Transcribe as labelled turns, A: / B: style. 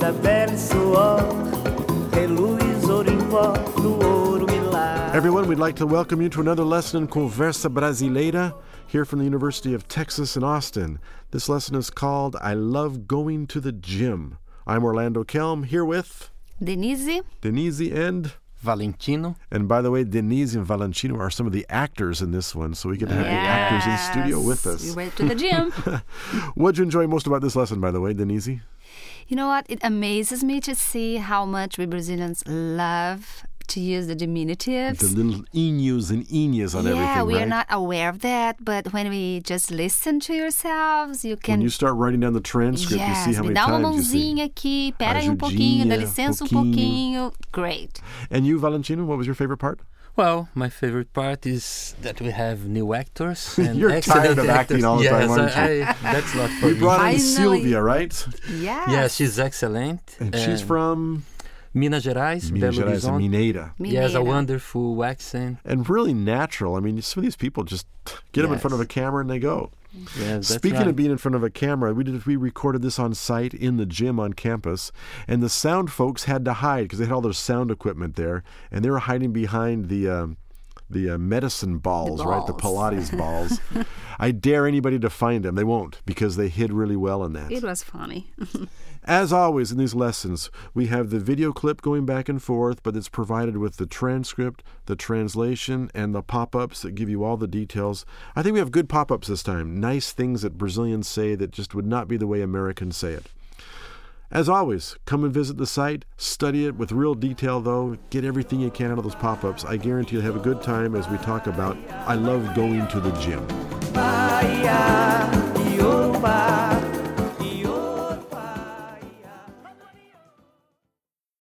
A: da pele e suor, reluz ouro em pó do ouro milar.
B: Everyone, we'd like to welcome you to another lesson in Conversa Brasileira here from the University of Texas in Austin. This lesson is called I Love Going to the Gym. I'm Orlando Kelm here with
C: Denise,
B: Denise and
D: Valentino.
B: and by the way, Denise and Valentino are some of the actors in this one, so we get to have the actors in studio with
C: Yes, We
B: us.
C: went to the gym.
B: What'd you enjoy most about this lesson, by the way, Denise?
C: you know what? It amazes me to see how much we Brazilians love to use the diminutives.
B: The little inus and inhas on everything,
C: yeah, we
B: right?
C: are not aware of that, but when we just listen to yourselves, you
B: when
C: can.
B: you start writing down the transcript,
C: yes,
B: you see how many
C: me dá uma
B: times you see.
C: mãozinha aqui, pera aí um pouquinho, dá
B: Ajudinha,
C: licença
B: pouquinho.
C: um pouquinho. Great.
B: And you, Valentino, what was your favorite part?
D: Well, my favorite part is that we have new actors. And
B: You're tired
D: excellent
B: of acting
D: actors.
B: all the time,
D: Yes,
B: aren't
D: I- I- that's not for
B: We
D: me.
B: brought in
C: Finally.
B: Sylvia, right?
C: Yes.
D: yeah, she's excellent. Uh,
B: And she's from
D: Minas Gerais,
B: Minas
D: Belo
B: Gerais,
D: Horizonte.
B: Mineira.
D: He has a
C: Mineira.
D: wonderful accent.
B: And really natural. I mean, some of these people just get them in front of a
D: Yes.
B: camera and they go.
D: Yes, that's
B: Speaking
D: right.
B: of being in front of a camera, we did we recorded this on site in the gym on campus, and the sound folks had to hide because they had all their sound equipment there, and they were hiding behind the um, the uh, medicine balls, right? The
C: balls.
B: Pilates balls. I dare anybody to find them. They won't because they hid really well in that.
C: It was funny.
B: As always in these lessons, we have the video clip going back and forth, but it's provided with the transcript, the translation, and the pop ups that give you all the details. I think we have good pop ups this time. Nice things that Brazilians say that just would not be the way Americans say it. As always, come and visit the site, study it with real detail though, get everything you can out of those pop ups. I guarantee you'll have a good time as we talk about I love going to the gym.
A: Bahia,